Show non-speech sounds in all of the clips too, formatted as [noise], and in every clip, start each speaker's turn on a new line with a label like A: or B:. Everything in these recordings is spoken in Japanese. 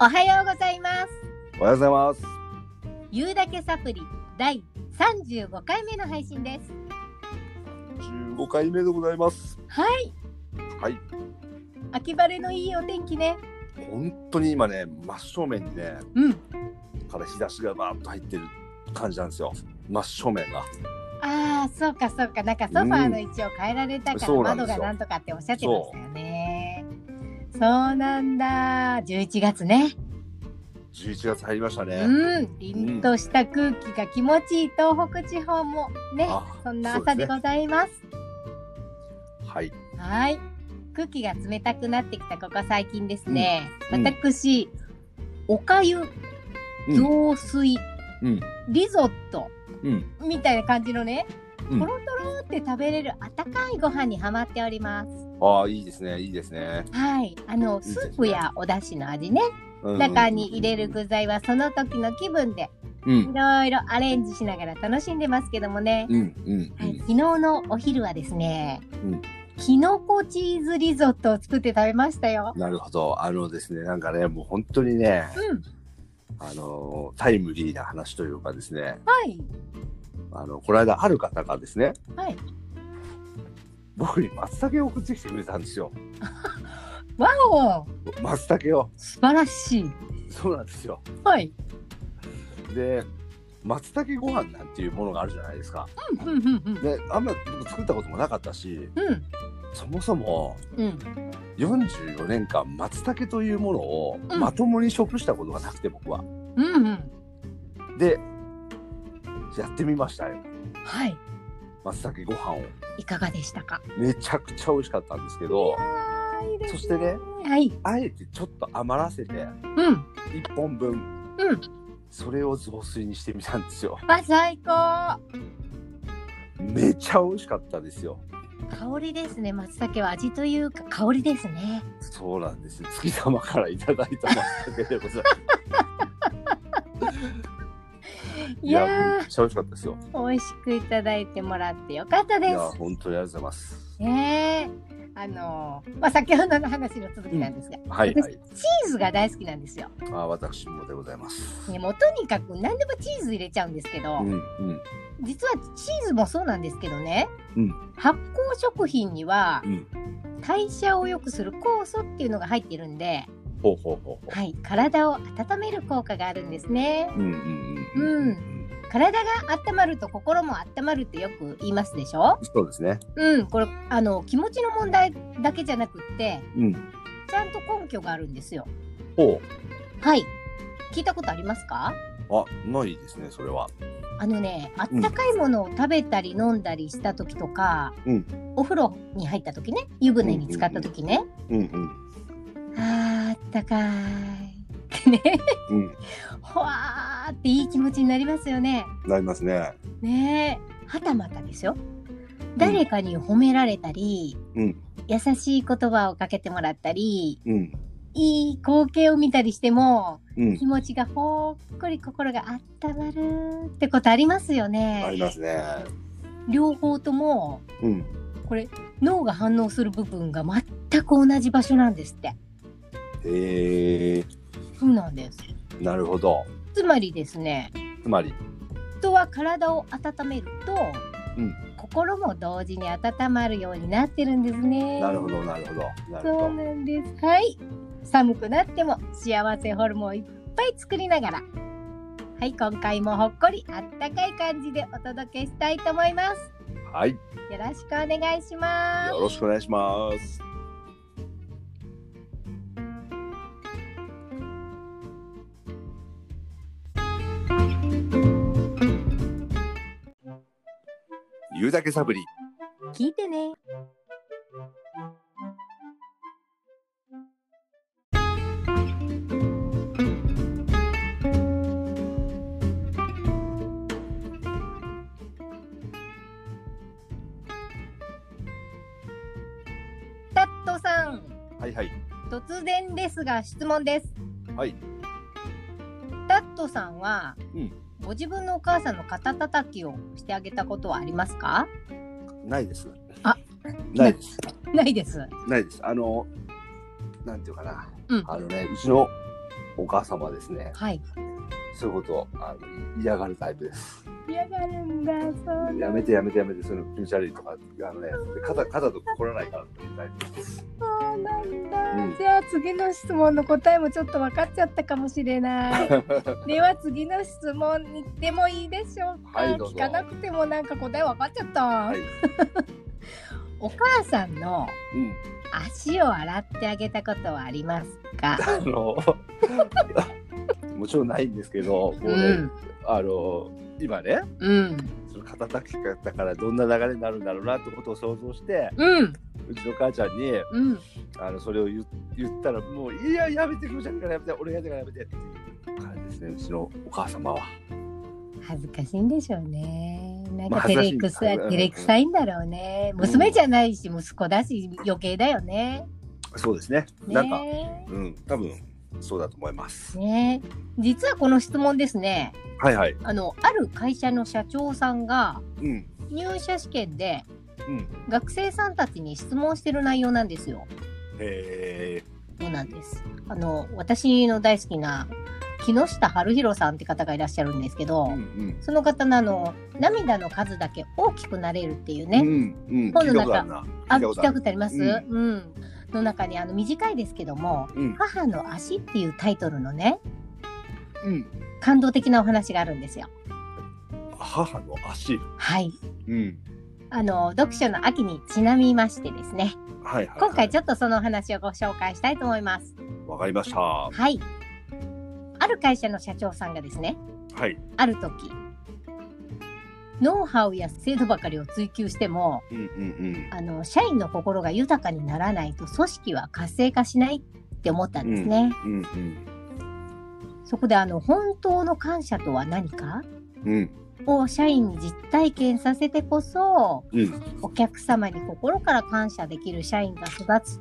A: おはようございます。
B: おはようございます。
A: ゆうだけサプリ第35回目の配信です。
B: 15回目でございます。
A: はい。
B: はい。
A: 秋晴れのいいお天気ね。
B: 本当に今ね、真正面にね、
A: うん。
B: から日差しがバーッと入ってる感じなんですよ。真正面が。
A: ああ、そうかそうか。なんかソファーの位置を変えられたから、
B: そうなんで
A: 窓
B: すよ
A: がなんとかっておっしゃってましたよね。そうなんだ。11月ね。
B: 11月入りましたね。
A: うん。凛とした空気が気持ちいい東北地方もね、
B: あ
A: そんな
B: そうです
A: 朝
B: ね
A: でございます。
B: はい。
A: はい。空気が冷たくなってきたここ最近ですね。
B: うんうん
A: 私、おかゆ、
B: うん
A: 雑炊、
B: うん。
A: リゾット
B: うん。
A: みたいな感じのね、
B: うん
A: トロトロって食べれるあったかいご飯にはまっております。
B: ああ、いいですね。いいですね。
A: はい。あの、
B: いいです
A: ス
B: ね
A: ープやお出汁の味ね、
B: うん
A: 中に入れる。具材はその時の気分で、
B: う
A: い
B: ん。
A: ろいろアレンジしながら楽しんでますけどもね。
B: うん。うん。う
A: はい、
B: ん
A: 昨日のお昼はですね、
B: うん
A: きのこチーズリゾットを作って食べましたよ。
B: なるほど。あのですね、なんかね、もう本当にね、
A: うん、
B: あのータイムリーな話というかですね、
A: はい、
B: あの、この間ある方がですね、
A: はい、
B: 僕に松茸を送ってきてくれたんですよ。
A: わお、
B: 松茸を。
A: 素晴らしい。
B: そうなんですよ。
A: はい、
B: で松茸ご飯なんていうものがあるじゃないですか。
A: うん、うん、うん、
B: であんま僕作ったこともなかったし
A: うん、
B: そもそも
A: うん、
B: 44年間松茸というものを
A: うん
B: まともに食したことがなくて僕は。
A: うん、うん、
B: でやってみましたよ
A: はい、
B: 松茸ご飯を。
A: いかがでしたか。
B: めちゃくちゃ美味しかったんですけど
A: はい
B: そしてね
A: はい、
B: あえてちょっと余らせて
A: うん、
B: 1本分、
A: うん
B: それを雑炊にしてみたんですよ。
A: あ、最高。
B: めちゃ美味しかったですよ。
A: 香りですね、松茸は味というか、香りですね。
B: そうなんです。月様からいただいた松茸でございます。
A: い
B: い
A: や
B: や
A: ー
B: めっちゃ美味しかったですよ。
A: 美味しくいただいてもらってよかった
B: い
A: で
B: や
A: す。
B: 本当にありがとうございます。
A: ねえ、あのー、まあ、先ほどの話の続きなんですが、
B: はい
A: 私
B: はい。
A: チーズが大好きなんですよ。
B: あ私もでございます。
A: ね、もうとにかく何でもチーズ入れちゃうんですけど、
B: うんうん
A: 実はチーズもそうなんですけどね、
B: うん
A: 発酵食品には
B: うん。
A: 代謝を良くする酵素っていうのが入ってるんで、
B: ほうほうほうほ
A: はい、体を温める効果があるんですね。
B: う。うんうんうん
A: う体が温まると心も温まるってよく言いますでしょ
B: そうですね。
A: うん、これあの気持ちの問題だけじゃなくって、
B: うん。
A: ちゃんと根拠があるんですよ。
B: ほ
A: はい。聞いたことありますか
B: う。あないですねそれは。
A: あのね、あったかいものを食べたり飲んだりした時とか、
B: うん
A: お風呂に入った時ね、湯船に浸かった時ね、
B: うんうん
A: あーあったかーいってね、
B: うん。
A: ほわーっていい気持ちになりますよね。
B: なりますね。
A: ねえ、はたまたですよ。誰かに褒められたり、
B: うん
A: 優しい言葉をかけてもらったり、
B: うん
A: いい光景を見たりしても、
B: うん
A: 気。持ちがほっこり心が温まるってことありますよね。
B: ありますね。
A: 両方とも
B: うん。
A: これ脳が反応する部分が全く同じ場所なんですって
B: へえ
A: そうなんです
B: なるほど。
A: つまりですね
B: つまり
A: 人は体を温めると、
B: うん
A: 心も同時に温まるようになってるんですね
B: なるほどなるほどなる
A: そう
B: ほ
A: なんですはい寒くなっても幸せホルモンをいっぱい作りながらはい今回もほっこりあったかい感じでお届けしたいと思います
B: ど。はい。よ
A: よろしくお願いします
B: ろしくお願いします。ゆうだけサブリ。
A: 聞いてね。タットさん、
B: はいはい。
A: 突然ですが質問です。
B: はい。
A: タットさんは、
B: うん
A: ご自分のお母さんの肩たたきをしてあげたことはありますか？
B: ないです。
A: あ
B: ないです。
A: ないです。
B: ないです。あの、なんていうかな。
A: うん
B: あのね、うちのお母様はですね
A: はい。
B: そういうことをあの嫌がるタイプです
A: 嫌がるんだ、そう。
B: やめてやめてやめてその気持ち悪いとかあのね肩肩とか凝らないからっていうタイプです
A: そうなんだ。
B: うん
A: じゃあ次の質問の答えもちょっと分かっちゃったかもしれ
B: [laughs]
A: ない。では次の質問に行ってもいいでしょうか、
B: はいどうぞ
A: 聞かなくてもなんか答え分かっちゃった。
B: [laughs] はい
A: お母さんの
B: うん
A: 足を洗ってあげたことはありますか
B: あのもちろんないんですけど、 [laughs] もうね
A: うん
B: あの今ね
A: うん
B: その肩たき方からどんな流れになるんだろうなってことを想像して
A: うん
B: うちの母ちゃんに
A: うん
B: あのそれを言言ったらもう「いややめてくるじゃんからやめて俺がやるからやめて」っていう感じですねうちのお母様は。
A: 恥ずかしいんでしょうねなん
B: まあ
A: か照れくさ
B: 恥ずかしい
A: 照れくさいんだろうね娘じゃないし息子だし余計だよね
B: そうですね。なんか、
A: ね
B: うん、多分そうだと思います。
A: ね実はこの質問ですね
B: はいはい。
A: あのある会社の社長さんが
B: うん
A: 入社試験で
B: うん。
A: 学生さんたちに質問してる内容なんですよ。
B: へえ。
A: そうなんです。あの私の大好きな木下晴弘さんって方がいらっしゃるんですけど、
B: うんうん。
A: その方のあの涙の数だけ大きくなれるっていう
B: う
A: ね。
B: んうん。
A: 今
B: 聞
A: 度なんか
B: いたことあるな。
A: あ、
B: 聞いたこ
A: 聞い
B: とあ
A: た
B: る。
A: ことあります？う
B: うんん、
A: の中にあの短いですけども、
B: うん
A: 母の足っていうタイトルのね、
B: うん。
A: 感動的なお話があるんですよ。
B: 母の足。
A: はい。
B: うん。
A: あの読書の秋にちなみましてですね。
B: はいはい、はい。
A: 今回ちょっとそのお話をご紹介したいと思います。
B: わかりました。は
A: はい。ある会社の社長さんがですね、
B: い。
A: ある時、ノウハウや制度ばかりを追求しても、
B: うんうん
A: あの社員の心が豊かにならないと組織は活性化しないって思ったんですね。
B: うん。うんうん。
A: そこであの本当の感謝とは何か
B: うん。
A: を社員に実体験させてこそ、
B: うん。
A: お客様に心から感謝できる社員が育つ。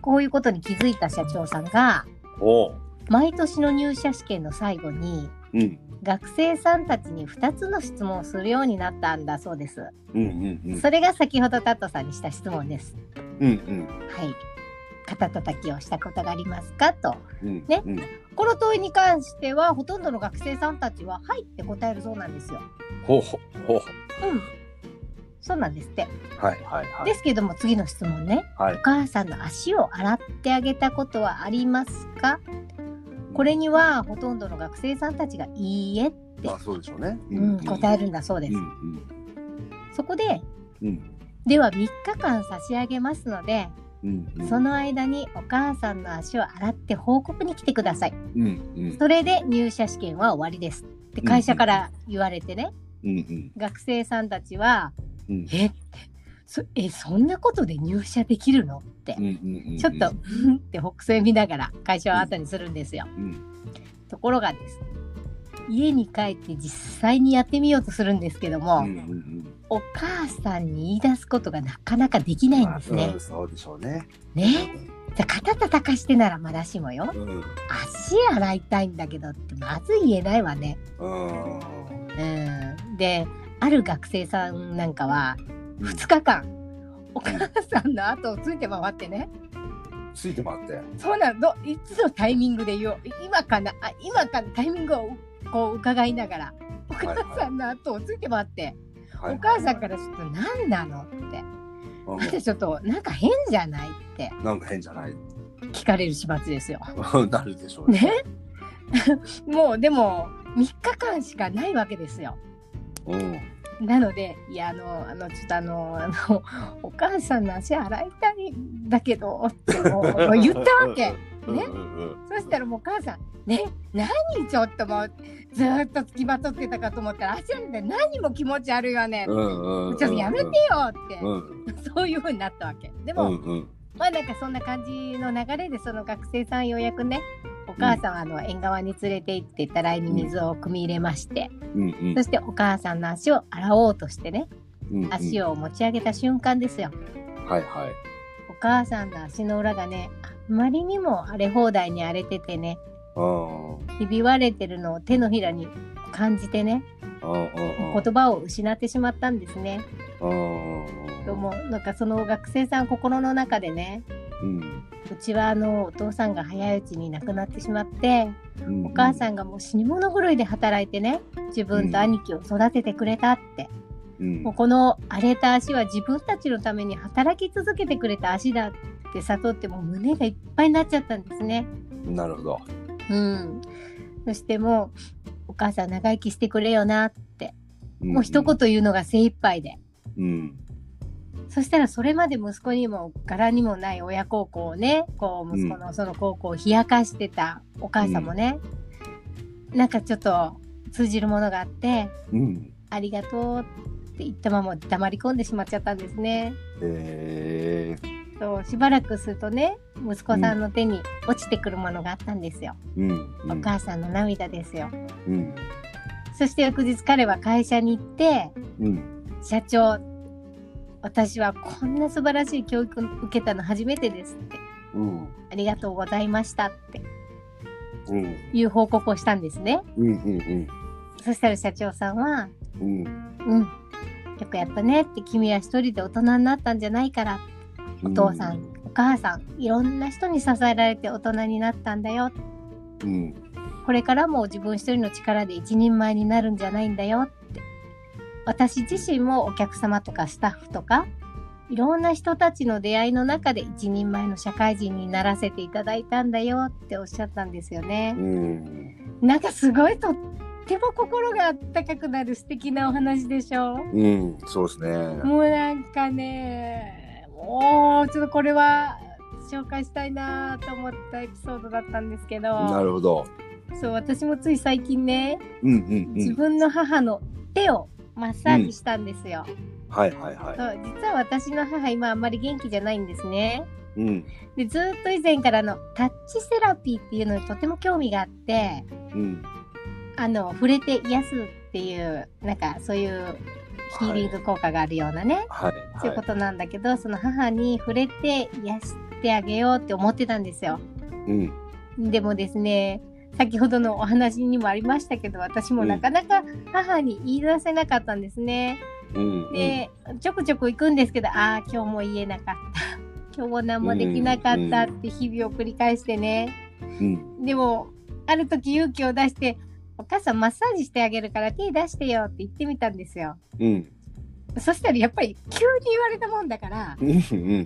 A: こういうことに気づいた社長さんが、
B: おう。
A: 毎年の入社試験の最後に、
B: うん。
A: 学生さんたちに2つの質問をするようになったんだそうです。
B: うんうんうん。
A: それが先ほどタットさんにした質問です。
B: うんうん
A: はい。肩叩きをしたことがありますかと。
B: うん。
A: ね
B: うん。
A: この問いに関してはほとんどの学生さんたちは「はい」って答えるそうなんですよ。
B: ほうほうほうほ
A: うん。そうなんですって。
B: う。はいはいはい。
A: ですけども次の質問ね。
B: はい
A: お母さんの足を洗ってあげたことはありますかこれにはほとんどの学生さんたちが「いいえ」
B: まあそうでしょうね。
A: うん、答えるんだそうで。
B: ですうんうん
A: そこで
B: うん
A: では3日間差し上げますので、
B: うんうん。
A: その間にお母さんの足を洗って報告に来てください。
B: うんうん
A: それで入社試験は終わりです。って会社から言われてね、
B: うんうん
A: 学生さんたちは、
B: うん
A: えそえそんなことで入社できるのって
B: う、んうんうん。
A: ちょっと、うんって北西見ながら会社を後にするんですよ。
B: うん
A: ところがです。家に帰って実際にやってみようとするんですけど
B: う
A: も、
B: んうんうん。
A: お母さんに言い出すことがなかなかできないんです
B: まあ
A: ね
B: うん。そうでしょうね。
A: ねじゃあ肩叩かしてならまだしもよ
B: うんうん。
A: 足洗いたいんだけどってまず言えないわねうんである学生さんなんかは2日間お母さんの後をついて回ってね
B: ついて回って。
A: そうなのどいつのタイミングで言おう今かなあ今かなタイミングをこう伺いながらお母さんの後をついて回って、
B: はい
A: お母さんからちょっと何なのって
B: う
A: あんたちょっとなんか変じゃないって
B: んなんか変じゃない。 [laughs]
A: 聞かれる始末ですよ。
B: うんなるでしょう
A: ね。もうでも3日間しかないわけですよ。
B: うん。
A: なので、いや、あの、あの、ちょっとあの、あの、お母さんの足洗いたいんだけど、ってもうもう言ったわけ。
B: うん
A: ね
B: うんうん
A: そしたらもうお母さん、ね、何ちょっともう、ずーっと付きまとってたかと思ったら、足洗いで何も気持ち悪いわね。
B: うんうん。
A: ちょっとやめてよって、
B: う
A: [laughs]
B: ん
A: そういうふうになったわけ。で
B: う
A: も、
B: んうん。
A: まあなんかそんな感じの流れでその学生さんようやくねお母さんはあの縁側に連れて行ってたらいに水を汲み入れまして、
B: うんうん
A: そしてお母さんの足を洗おうとしてね
B: うんうん。
A: 足を持ち上げた瞬間ですよ
B: はいはい。
A: お母さんの足の裏がねあまりにも荒れ放題に荒れててね
B: うんうん
A: ひび割れてるのを手のひらに感じてね
B: うんうん。
A: 言葉を失ってしまったんですね。
B: うんうん。
A: どうもなんかその学生さん心の中でね
B: うん。
A: うちはあのお父さんが早いうちに亡くなってしまって
B: うん
A: お母さんがもう死に物狂いで働いてね自分と兄貴を育ててくれたって、
B: うん
A: もうこの荒れた足は自分たちのために働き続けてくれた足だって悟ってもう胸がいっぱいになっちゃったんですね。
B: なるほど。
A: うん、そしてもうお母さん長生きしてくれよなって
B: も
A: もう一言。言うのが精一杯で、
B: うん。
A: そしたらそれまで息子にも柄にもない親孝行をねこう息子のその孝行を冷やかしてたお母さんもね、なんかちょっと通じるものがあって
B: うん。
A: 「ありがとう」って言ったまま黙り込んでしまっちゃったんですね。
B: ええ。
A: そうしばらくするとね息子さんの手に落ちてくるものがあったんですよ、
B: うん。
A: お母さんの涙ですよ。
B: うん。
A: そして翌日彼は会社に行って
B: うん。
A: 社長私はこんな素晴らしい教育を受けたの初めてですって
B: うん。
A: ありがとうございましたって
B: うん。
A: いう報告をしたんですね
B: うん。うん。
A: そしたら社長さんは
B: うん。
A: 「うんよくやったね」って「君は一人で大人になったんじゃないからお
B: うん。
A: 父さん、。お母さんいろんな人に支えられて大人になったんだよ
B: うん。
A: これからも自分一人の力で一人前になるんじゃないんだよって私自身もお客様とかスタッフとかいろんな人たちの出会いの中で一人前の社会人にならせていただいたんだよっておっしゃったんですよね
B: う。ん。
A: なんかすごいとっても心があったかくなる素敵なお話でしょ
B: うん。そうですね。
A: もうなんかねもうちょっとこれは紹介したいなと思ったエピソードだったんですけ
B: な
A: ど
B: るほど。
A: そう私もつい最近ね
B: うん。うん。う
A: 自
B: ん。
A: 分の母の手をマッサージしたんですよ、
B: はい。はい。は
A: そう実は私の母今あんまり元気じゃないんですね
B: い。うん。
A: でずーっと以前からのタッチセラピーっていうのにとても興味があって
B: うん。
A: あの触れて癒すっていうなんかそういうヒーリング効果があるようなね、
B: はい。
A: そういうこ
B: は
A: となんだけどその母に触れて癒してあげようって思ってたんですよ
B: い。うん。
A: でもですね先ほどのお話にもありましたけど私もなかなか母に言い出せなかったんですね、
B: うん。
A: で、ちょくちょく行くんですけどああ今日も言えなかった [laughs] 今日も何もできなかったって日々を繰り返してね、
B: うん。
A: でもある時勇気を出して「お母さんマッサージしてあげるから手出してよ」って言ってみたんですよ
B: うん。
A: そしたらやっぱり急に言われたもんだから
B: うん。うん。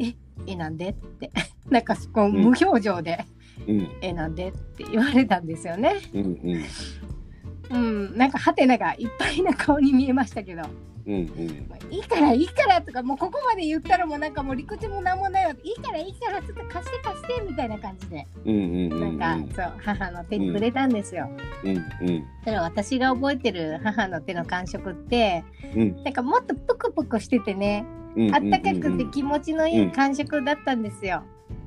A: 「えなんで?」って [laughs] なんかそこ無表情で
B: うん。
A: 「えなんで?」って言われたんですよね
B: うん。うん。
A: うんなんかハテナがいっぱいな顔に見えましたけど
B: うん。
A: まあいいからいいからとかもうここまで言ったらもうなんかもう理屈もなんもないわいいからいいからちょっと貸して貸してみたいな感じで
B: うん。うん。
A: なんかそう母の手に触れたんですよ。
B: うん。うん。
A: ただ私が覚えてる母の手の感触って
B: うん。
A: なんかもっとプクプクしててね
B: うん。
A: あったかくて気持ちのいい感触だったんですよ。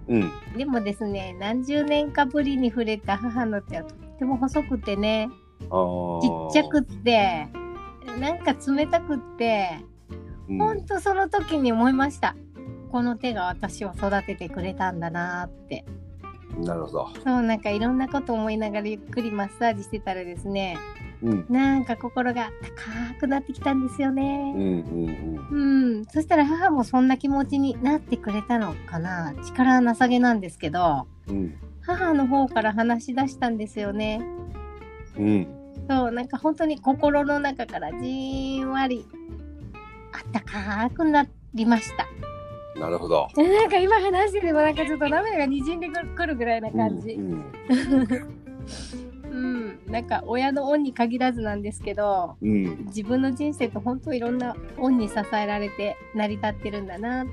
B: うん。
A: でもですね何十年かぶりに触れた母の手はとっても細くてね
B: あー
A: ちっちゃくってなんか冷たくって
B: うん
A: ほんとその時に思いました。この手が私を育ててくれたんだなーって。
B: なるほど。
A: そう、なんかいろんなこと思いながらゆっくりマッサージしてたらですね、
B: うん。
A: なんか心が高くなってきたんですよ
B: うん
A: ね。
B: うん
A: うん、そしたら母もそんな気持ちになってくれたのかな力はなさげなんですけど、
B: うん。うん。
A: 母の方から話し出したんですよね。
B: うん。
A: そう、なんか本当に心の中からじんわりあったかくなりました。
B: なるほど。
A: え [laughs] なんか今話しててもなんかちょっと涙がにじんでくるぐらいな感じ、
B: うん
A: うんなんか親の恩に限らずなんですけど
B: うん。うん
A: 自分の人生と本当いろんな恩に支えられて成り立ってるんだなって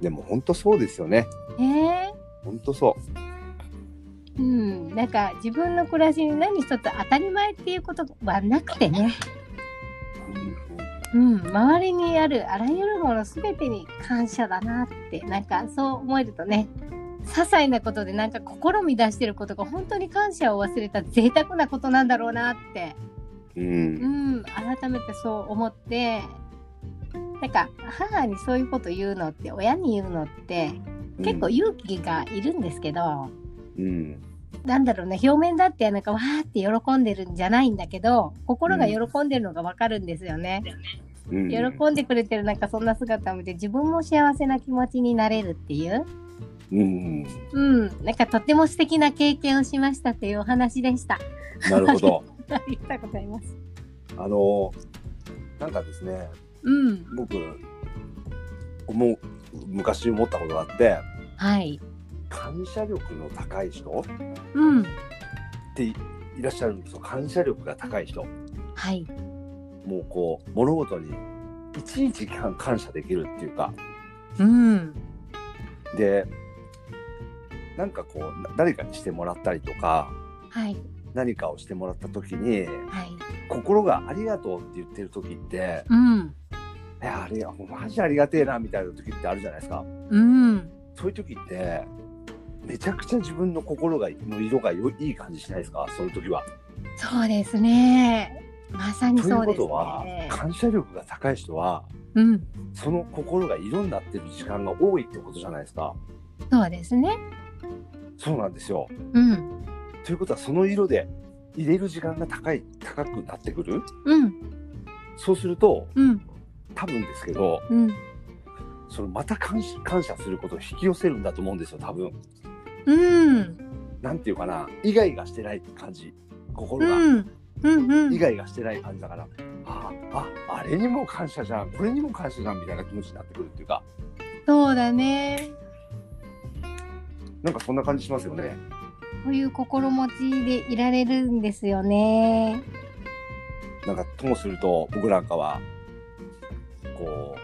B: でも本当そうですよね。
A: え
B: 本当そ
A: ー、うんなんか自分の暮らしに何一つ当たり前っていうことはなくてね、う
B: う。
A: ん、周りにあるあらゆるもの全てに感謝だなってなんかそう思えるとね些細なことでなんか心乱してることが本当に感謝を忘れた贅沢なことなんだろうなって
B: う。
A: うんん、改めてそう思ってなんか母にそういうこと言うのって親に言うのって結構勇気がいるんですけど、
B: うん。
A: なんだろうね表面だってなんかわーって喜んでるんじゃないんだけど心が喜んでるのがわかるんですよね、
B: うん。
A: 喜んでくれてるなんかそんな姿を見て自分も幸せな気持ちになれるっていう
B: うん、
A: うん、なんかとても素敵な経験をしましたというお話でした。 [laughs]
B: なるほど。
A: ありがとうございます。
B: あの、なんかですね、
A: うん、
B: 僕、思う、昔思ったことがあって、
A: はい、
B: 感謝力の高い人っ
A: うん、
B: ていいらっしゃるんですよ。感謝力が高い人。
A: はい、
B: もうこう、物事に一日間感謝できるっていうか、
A: うん、
B: で、なんかこう、な誰かにしてもらったりとか、
A: はい、
B: 何かをしてもらった時に、
A: はい、
B: 心がありがとうって言ってる時って、
A: うん、
B: いや、あれ、もうマジありがてえな、みたいな時ってあるじゃないですか。
A: うん、
B: そういう時って、めちゃくちゃ自分の心が、の色がよいい感じしないですかそういう時は。
A: そうですね。まさに
B: とい
A: そう
B: うこ
A: です
B: とは、
A: ね。
B: 感謝力が高い人は、
A: うん、
B: その心が色になってる時間が多いってことじゃないですか。
A: そうですね。
B: そうなんですよ。
A: うん、
B: ということは、その色で入れる時間が高い、高くなってくる。
A: うん、
B: そうすると、
A: うん、
B: 多分ですけど、
A: うん、
B: そのまた感謝感謝することを引き寄せるんだと思うんですよ、多分。
A: うん、
B: なんていうかな、イガイガしてない感じ。心が。
A: うん、うん、うん
B: 以、外がしてない感じだから、あああれにも感謝じゃんこれにも感謝じゃんみたいな気持ちになってくるっていうか
A: そうだね。
B: なんかそんな感じしますよね。
A: こういう心持ちでいられるんですよね。
B: なんかともすると僕なんかはこ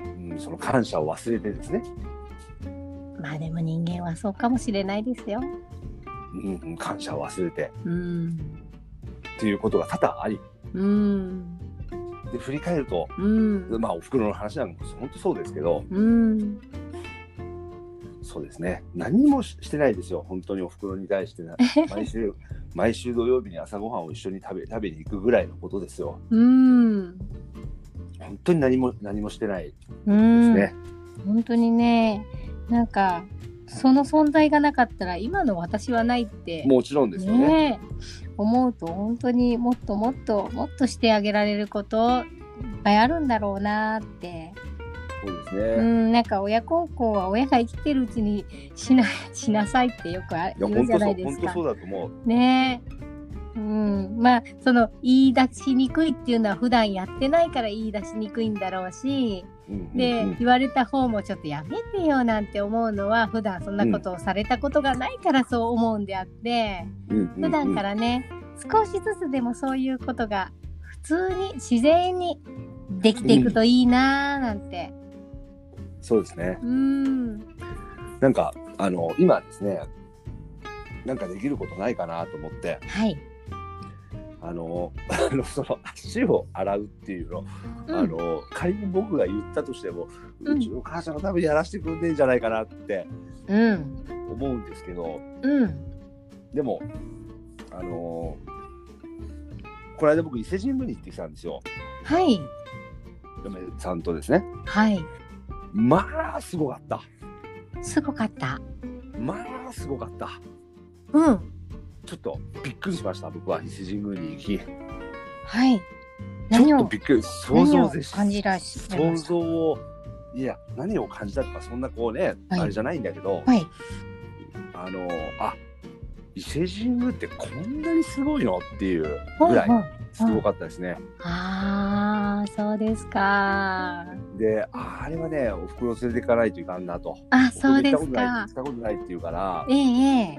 B: う、うん、その感謝を忘れてですね、
A: まあでも人間はそうかもしれないですよ。
B: うんうん、感謝を忘れて
A: うん、
B: っていうことが多々あり
A: うん、
B: で振り返ると
A: うん、
B: まあおふくろの話なんかも本当そうですけど
A: うん、
B: そうですね何にもししてないですよ本当におふくろに対してな毎週毎週土曜日に朝ごはんを一緒に食べ食べに行くぐらいのことですよ。
A: うん、
B: 本当に何も何もしてないで
A: う
B: す
A: ん、
B: ね。
A: 本当にね、なんかその存在がなかったら今の私はないって。
B: もちろんですよね。
A: ねえ思うと本当にもっともっともっとしてあげられることいっぱいあるんだろうなって、
B: そうです
A: う
B: ね。
A: ん、なんか親孝行は親が生きてるうちにしなしなさいってよくあ
B: いや
A: 言う
B: 本
A: じゃ
B: 当
A: ない
B: そ
A: うです
B: 本当
A: か
B: そ。うだと思う。
A: ねえうん、まあその言い出しにくいっていうのは普段やってないから言い出しにくいんだろうし
B: うんうんうん
A: で、言われた方もちょっとやめてよなんて思うのは普段そんなことをされたことがないからそう思うんであって、
B: うんうんうん
A: 普段からね、少しずつでもそういうことが普通に自然にできていくといいなーなんて。
B: そうですね。
A: うん。
B: なんかあの今ですね、なんかできることないかなと思って、
A: はい。
B: あのあのその足を洗うっていうの、
A: うん
B: あの仮に僕が言ったとしても、
A: う
B: うんちの母ちゃんが多分やらしてくんねえんじゃないかなって
A: うん。
B: 思うんですけど、
A: うん。
B: でもあのこの間僕伊勢神宮に行ってきたんですよ。
A: はい。
B: 嫁さんとですね。
A: はい。
B: まあすごかった。
A: すごかった。
B: まあすごかった。
A: うん。
B: ちょっとびっくりしました。僕は伊勢神宮に行き、ち
A: はい。何
B: ょっと
A: を
B: びっくり、想像で
A: 何を感じらっしゃい
B: 想
A: ました
B: 像を、いや、何を感じたとか、そんなこうね、
A: はい
B: あれじゃないんだけど、
A: はい。
B: あの、あ伊勢神宮ってこんなにすごいのっていうぐらい
A: うんうん
B: すごかったですね。
A: ああ、そうですか。
B: で、ああれはね、お袋連れていかないといかんなと。
A: あ、
B: こ
A: そう
B: こ
A: です
B: 行ったことない
A: か
B: 行っ。たことないっていうから、
A: ええええ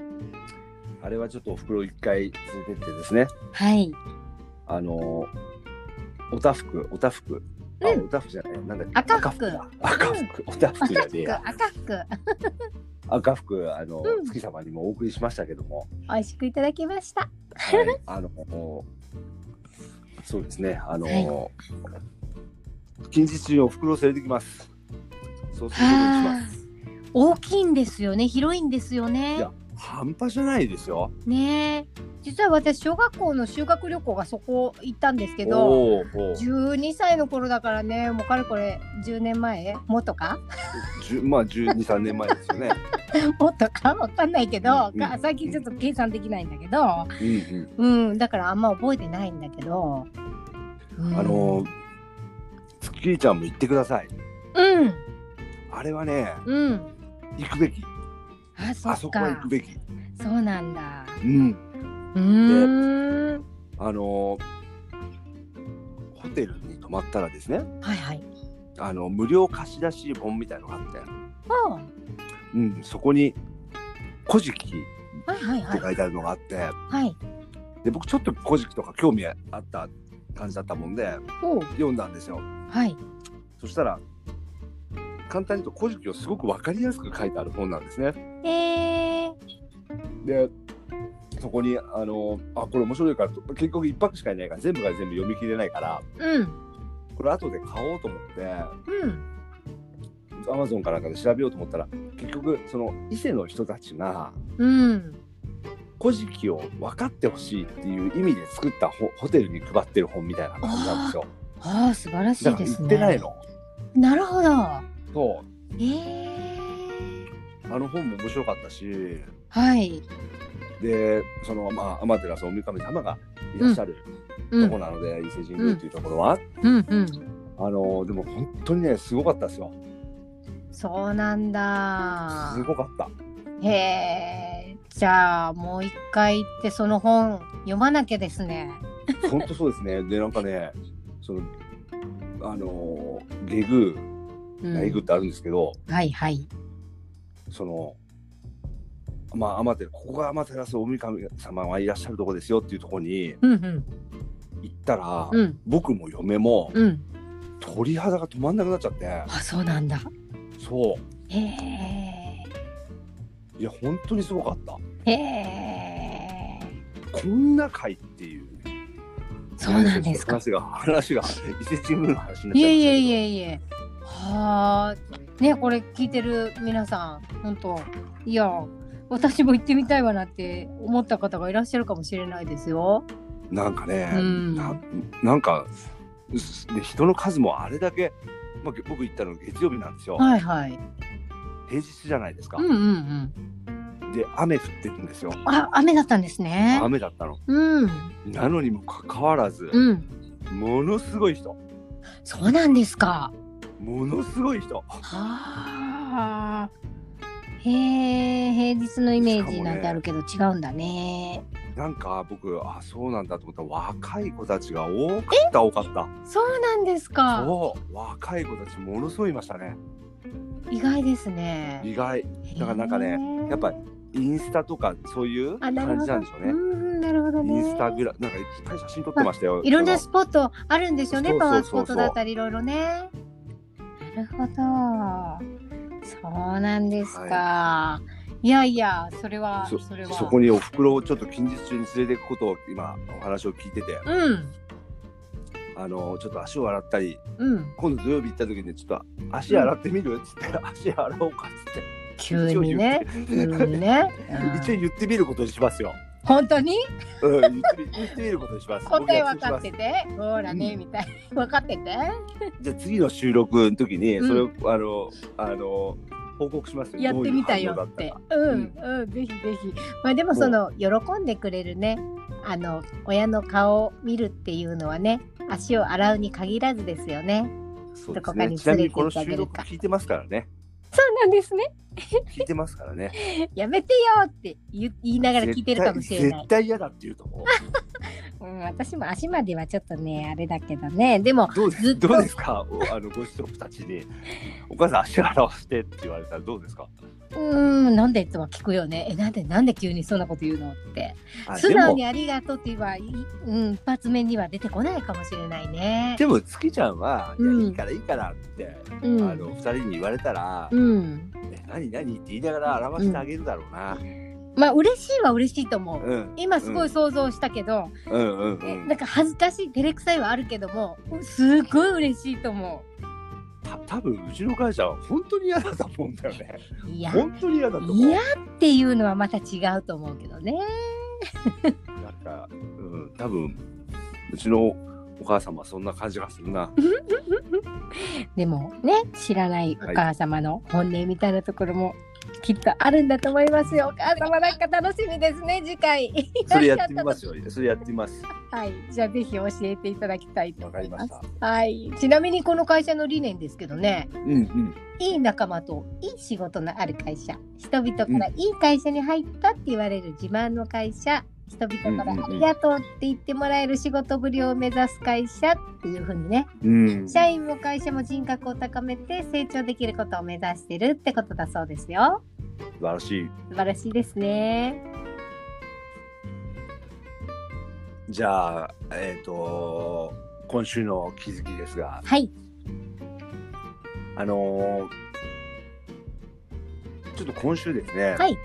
B: あれはちょっとお袋一回連れてってですね、
A: はい。
B: あのおたふく、おたふく。あ、
A: うん
B: おたふくじゃない、なんだっけ。
A: 赤福
B: だ赤福、おたふくじゃねえや。
A: 赤福、
B: 赤福、あの、
A: うん
B: 月様にもお送りしましたけども。
A: 美味しくいただきました。
B: はい、 [laughs] あの、そうですね、あの。
A: は
B: 近日中にお袋を連れてきます。そうすることにします。
A: 大きいんですよね。広いんですよね。
B: いや、半端じゃないですよ。
A: ねえ実は私小学校の修学旅行がそこ行ったんですけど
B: おーおー、
A: 12歳の頃だからねもうかれこれ10年前もっとか [laughs]
B: じゅまあ、十二三年前ですよね。
A: もっとかわかんないけど、
B: うんうん
A: 最近ちょっと計算できないんだけど、
B: うん、うん。
A: うん、だからあんま覚えてないんだけど、うん
B: あの、月ちゃんも行ってください。
A: うん
B: あれはね、
A: うん
B: 行くべき
A: あ、そ
B: あ
A: っ
B: そこは行
A: か
B: く。べき
A: そうなんだ。
B: うん
A: うーん。
B: あのーホテルに泊まったらですね
A: はいはい。
B: あの無料貸し出し本みたいのがあって、
A: おう
B: うん、そこに「古事記」
A: はいはい
B: っ
A: は
B: て
A: い。
B: 書いてあるのがあって、
A: はい。
B: で僕ちょっと古事記とか興味あった感じだったもんで
A: おう
B: 読んだんですよ
A: はい。
B: そしたら簡単に言うと古事記をすごく分かりやすく書いてある本なんですね
A: えー。
B: でそこにあのあこれ面白いからと結局一泊しかいないから全部が全部読み切れないから
A: うん。
B: これ後で買おうと思って
A: うん。
B: アマゾンかなんかで調べようと思ったら結局その伊勢の人たちが
A: うん。
B: 古事記を分かってほしいっていう意味で作ったホホテルに配ってる本みたいな感じなんですよ
A: ああ、素晴らし
B: だ
A: い
B: から
A: で
B: 行
A: す
B: っ
A: ね。
B: てないの、
A: なるほど。
B: そ
A: え
B: う
A: ー。
B: あの本も面白かったし、
A: はい。
B: で、そのまあ天照大神様がいらっしゃる
A: う
B: と
A: ん
B: こ。なので、伊勢神宮というところは、
A: うんうん。
B: あのでも本当にねすごかったですよ。
A: そうなんだ
B: す。ごかった。
A: へえ。じゃあもう一回行ってその本読まなきゃですね。
B: 本当そうですね。でなんかね、そのあの下宮
A: うん
B: 内宮ってあるんですけど、
A: はいはい。
B: そのまあ天照ここが天照大神様がいらっしゃるところですよっていうところに
A: うんうん。
B: 行ったら、
A: うん
B: 僕も嫁も
A: うん。
B: 鳥肌が止まんなくなっちゃって、
A: あ、そうなんだ。
B: そ
A: へえ。
B: ういや本当にすごかった。
A: へえ。
B: こんな回っていう、
A: そうなんですか。
B: 話が話が伊勢神
A: いえ
B: 宮の話になっちゃいま
A: い
B: し
A: え
B: たけど
A: いえいえ。はあ。ね、これ聞いてる皆さん、本当。いや。私も行ってみたいわなって思った方がいらっしゃるかもしれないですよ。
B: なんかね、
A: うん
B: ななんかすで人の数もあれだけ、まあ、僕行ったの月曜日なんですよ、
A: はいはい。
B: 平日じゃないですか、
A: うんうんうん。
B: で雨降ってるんですよ
A: あ、雨だったんですね。
B: 雨だったの
A: うん。
B: なのにもかかわらず、
A: うん。
B: ものすごい人
A: そうなんですか。
B: ものすごい人
A: はあ。へえ、平日のイメージなんてあるけど違うんだね。
B: なんか僕あそうなんだと思ったら若い子たちが多かった多かった
A: そうなんですか。
B: そう若い子たちものすごいいましたね
A: 意外ですね。
B: 意外だからなんかね
A: へえ
B: やっぱりインスタとかそういう
A: あ
B: 感
A: なるほ
B: じ
A: ど。
B: な
A: うん
B: でしょうね。
A: ん、なるほどね。
B: インスタグラなんかいっぱい写真撮ってましたよ。
A: いろんな
B: そ
A: スポットあるんでしょうね。
B: そう
A: パ
B: そ
A: ワ
B: う
A: ー
B: そう
A: ス
B: そ
A: ポ
B: う
A: ットだったりいろいろね。なるほど。そうなんですか。い、やいや、それは
B: そ
A: それ
B: の
A: は。
B: そこにお袋をちょっと近日中に連れていくことを今お話を聞いてて、
A: うん。
B: あのちょっと足を洗ったり、
A: うん。
B: 今度土曜日行った時にちょっと足洗ってみるっつって、足洗おうかっつって
A: 急にね。急にね。うん
B: 一応言ってみることにしますよ。
A: 本当に
B: うん、言ってみ言 [laughs] ってみることにします。
A: 答え分か
B: 僕約束
A: っ
B: してま
A: て。ほらね、みたい。分かってて。
B: すじゃあ次の収録の時にそれを、あのあの報告しますよ。
A: やってみたよ
B: どういう反応
A: っ
B: だ
A: て
B: たか。
A: うんうん、ぜひぜひ。まあでもその喜んでくれるね、あの親の顔を見るっていうのはね、足を洗うに限らずですよね。
B: そ
A: ど
B: うで
A: こ
B: す
A: か
B: ね。
A: に
B: ちな
A: 連
B: みに
A: れて
B: こ
A: 行
B: の
A: ってあ
B: 収
A: げる
B: 録
A: か
B: 聞いてますからね。
A: そうなんですね。
B: 聞いてますからね。
A: やめてよって言言いながら聞いてるかもしれない
B: 絶。対絶対嫌だって言うと
A: [laughs]
B: 思う。
A: うん、私も足まではちょっとね、あれだけどね。でも、
B: どうで
A: ず
B: す
A: っと
B: どうですかおあのご子息たちに「お母さん足洗わせて」って言われたらどうですか
A: うーん、なんでとは聞くよね。え、なんで、なんで急にそんなこと言うのって。
B: あ
A: 素
B: で
A: 直
B: も
A: にありがとうって言えば、いうん、一発目には出てこないかもしれないね。
B: でも月ちゃんは「いや
A: うん
B: いいからいいから」って、
A: う
B: あ
A: ん。
B: の二人に言われたら「
A: うん。
B: え何何?」って言いながら洗わせてあげるだろうな。
A: まあ、嬉しいは嬉しいと思う。
B: うん
A: 今すごい想像したけど、
B: うんうんう
A: え
B: ん
A: なんか恥ずかしい照れくさいはあるけどもすごい嬉しいと思
B: た多分うちの会社は本当に嫌だと思うんだよね。
A: ういや
B: 本当に嫌だと思う。
A: 嫌っていうのはまた違うと思うけどね
B: なんか、うん、多分うちのお母様はそんな感じがするな。
A: でもね知らないお母様の本音みたいなところもきっとあるんだと思いますよお母様なんか楽しみですね次回
B: それやってみますよ。それやってみます。
A: [laughs] はいじゃあぜひ教えていただきたいと
B: わ
A: 思
B: かり
A: い
B: ま
A: ま
B: し
A: す
B: た。
A: はいちなみにこの会社の理念ですけどね
B: うんうん。
A: いい仲間といい仕事のある会社人々からいい会社に入ったって言われる自慢の会社、人々からありがとうって言ってもらえる仕事ぶりを目指す会社っていう風にね
B: うん
A: 社員も会社も人格を高めて成長できることを目指してるってことだそうですよ
B: 素晴らしい。
A: 素晴らしいですね
B: じゃあ、えっ、と、今週の気づきですが、
A: はい
B: あのーちょっと今週ですね、
A: はい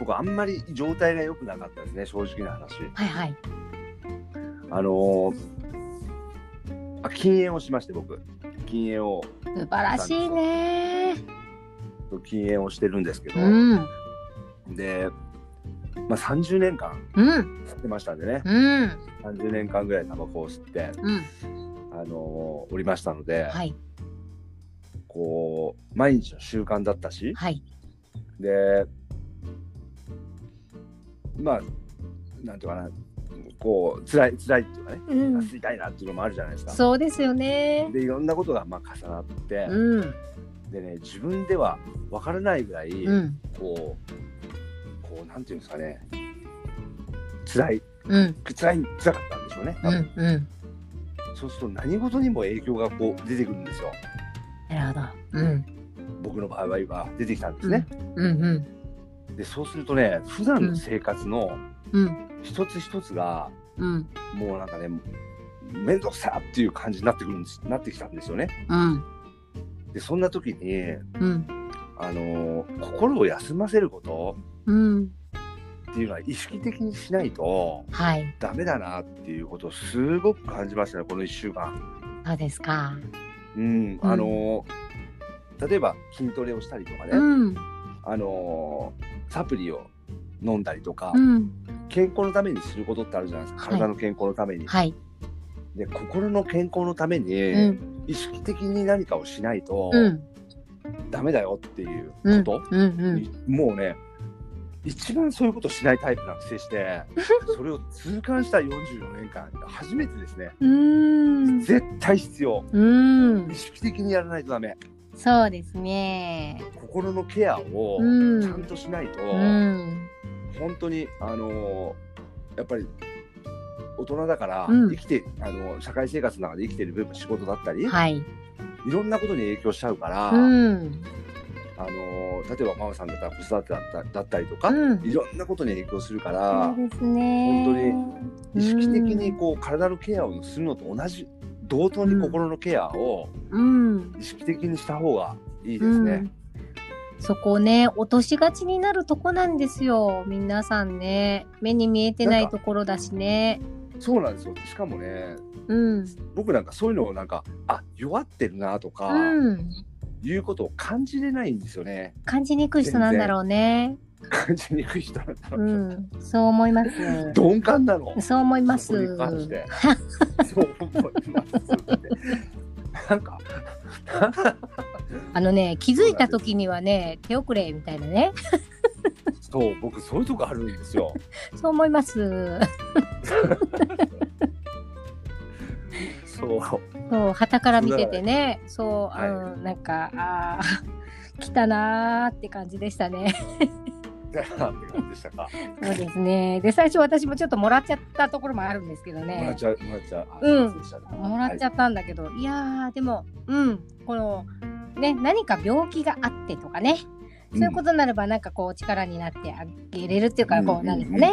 B: 僕あんまり状態が良くなかったですね、正直な話。
A: はいはい
B: あのーあ禁煙をしまして、僕。禁煙を、
A: 素晴らしいね
B: 禁煙をしてるんですけど、
A: うん
B: で、まあ、30年間
A: うん
B: 吸ってましたんでね、
A: うん
B: 30年間ぐらいタバコを吸って、
A: うん
B: あのーおりましたので、
A: はい
B: こう、毎日の習慣だったし、
A: はい
B: でまあなんていうかなこう辛い辛いっていうかね、
A: うん
B: 吸いたいなっていうのもあるじゃないですか。
A: そうですよね
B: でいろんなことがまあ重なって、
A: うん
B: でね自分では分からないぐらい、
A: うん
B: こうこうなんていうんですかね辛い
A: うん
B: 辛い辛かったんでしょうね、
A: うんうん
B: そうすると何事にも影響がこう出てくるんですよ
A: なるほどうん
B: 僕の場合は出てきたんですね、
A: うんうん
B: でそうするとね普段の生活の
A: うん
B: 一つ一つが、
A: うん
B: もうなんかね、面倒くさっていう感じになってくるんです、なってきたんですよね。
A: うん
B: で、そんな時に、
A: うん
B: あのー心を休ませること
A: うん
B: っていうのは意識的にしないと
A: はい
B: ダメだなっていうことをすごく感じましたね、この1週間。
A: そうですか
B: うん、あのー例えば筋トレをしたりとかね、
A: うん
B: あのーサプリを飲んだりとか、
A: うん
B: 健康のためにすることってあるじゃないですか、
A: はい
B: 体の健康のために。
A: はい
B: で、心の健康のため
A: う
B: に、
A: ん
B: 意識的に何かをしないと、
A: うん
B: ダメだよっていう
A: うん
B: こと、
A: うんうん
B: もうね一番そういうことしないタイプなくせして
A: [laughs]
B: それを痛感した44年間初めてですね
A: うーん。
B: 絶対必要
A: うん
B: 意。識的にやらないとダメ
A: そうですね。
B: 心のケアを
A: うん
B: ちゃんとしないと、
A: うん。
B: 本当にあのーやっぱり大人だから
A: うん
B: 生きて、あの社会生活の中で生きてる部分仕事だったり、
A: はい。
B: いろんなことに影響しちゃうから、
A: うん。
B: あのー例えばママさんだったら子育てだっただったりとか、
A: うん
B: いろんなことに影響するか
A: そ
B: ら
A: うですね。
B: 本意識的にこう体のケアをするのと同じ同等に心のケアを
A: うん。
B: 意識的にした方がいいで
A: う
B: す
A: ん。
B: ね。
A: そこね落としがちになるとこなんですよ皆さんね目に見えてないところだしね
B: そうなんですよしかもね
A: うん
B: 僕なんかそういうのをなんかあ弱ってるなとか
A: うん
B: いうことを感じれないんですよね。 [laughs]
A: 感じにくい人なんだろうね
B: 感じにくい人なんだろ
A: う
B: う、
A: んそう思います
B: 鈍感なの。
A: そう思いま
B: そこ
A: す
B: に関
A: [laughs]
B: して。そう思いますって。なんか
A: あのね気づいた時にはね手遅れみたいなね
B: そう僕そういうとこあるんですよ。
A: そう思います [laughs]
B: そう。
A: そう、旗から見ててね、そう、
B: はい
A: うん、なんか、ああ、 [laughs] 来たなーって感じでした
B: [laughs]
A: ね。
B: って感じでしたか。
A: そうですね。で、最初私もちょっともらっちゃったところもあるんですけど
B: もらっ
A: ね。
B: ちゃう、もらっちゃう。あ
A: うん
B: そうでしたね
A: もらっちゃったんだけど、い、やー、でも、うん、この、ね、何か病気があってとかね。そういうことなれば、なんかこう、力になってあげれるっていうか、
B: うん
A: こう、なんかね、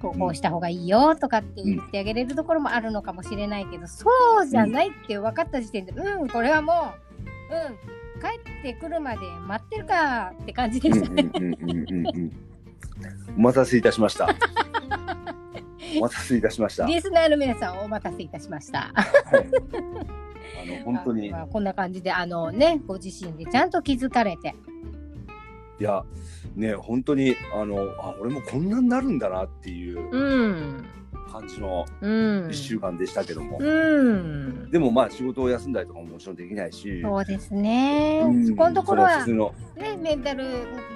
A: こう、こうした方がいいよとかって言ってあげれるところもあるのかもしれないけど、そうじゃないって分かった時点で、うん、これはもう、うん、帰ってくるまで待ってるかって感じで
B: うん
A: した。
B: うんうんうんうんうんお待たせいたしま
A: [laughs]
B: した。お待たせいたしました。はい、
A: リスナーの皆さん、お待たせいたしました。
B: あの本当にい
A: まあこんな感じで、あのね、ご自身でちゃんと気づかれて。
B: やね本当にあのあ俺もこんなになるんだなっていう
A: うん。
B: 感じの
A: うん
B: 一。週間でしたけども、
A: うん。
B: でもまあ仕事を休んだりとかももちろんできないし、
A: そうですね
B: う。ん
A: そこのところは
B: そ。れは普
A: ね、メンタル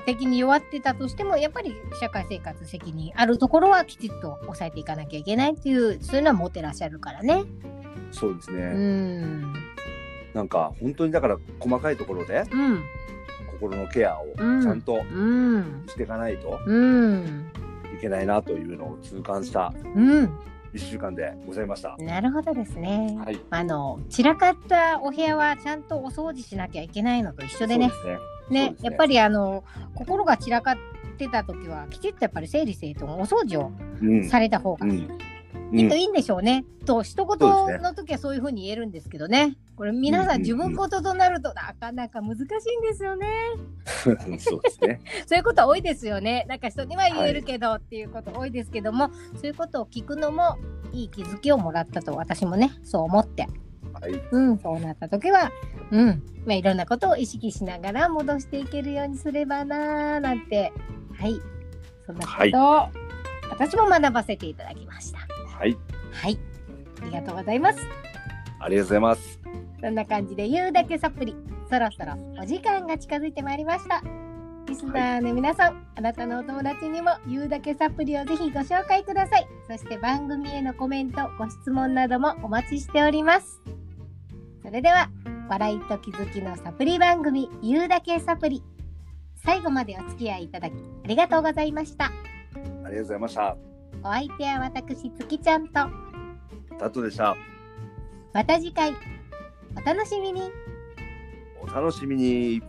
A: 的に弱ってたとしてもやっぱり社会生活責任あるところはきちっと抑えていかなきゃいけないっていうそういうのは持ってらっしゃるからね。
B: 通のそうですね。
A: うん、
B: だなんか本当にだから細かいところで
A: うん
B: 心のケアをち
A: うん
B: ゃんと
A: うん
B: していかないと
A: うん
B: いけないなというのを痛感した
A: うん
B: 1週間でございました。
A: なるほどですね、
B: はい、
A: あの散らかったお部屋はちゃんとお掃除しなきゃいけないのと一緒でね
B: そうですね
A: ね
B: そうですね
A: やっぱりあの心が散らかってた時はきちっとやっぱり整理整頓お掃除を
B: うん
A: された方が
B: うんう
A: きっ
B: ん
A: といいんでしょうね、と一言
B: そうですね
A: の時はそういうふうに言えるんですけどねこれ皆
B: うんうんう
A: さ
B: ん
A: ん自分事となるとなかなか難しいんですよね、
B: そうですね。
A: そういうこと多いですよねなんか人には言えるけどっていうこと多いですけども、そういうことを聞くのもいい気づきをもらったと私もねそう思って
B: はい、
A: うん、そうなった時は、うん、まあ、いろんなことを意識しながら戻していけるようにすればなーなんて、はい、そんなことを、私も学ばせていただきました。
B: はい、
A: はい、ありがとうございます。
B: ありがとうございます。
A: そんな感じで言うだけサプリ、そろそろお時間が近づいてまいりました。リスナーの皆さん、あなたのお友達にも言うだけサプリをぜひご紹介ください。そして番組へのコメント、ご質問などもお待ちしております。それでは、笑いと気づきのサプリ番組、言うだけサプリ。最後までお付き合いいただき、ありがとうございました。
B: ありがとうございました。
A: お相手は私、月ちゃんと、
B: タトでした。
A: また次回、お楽しみに。
B: お楽しみに。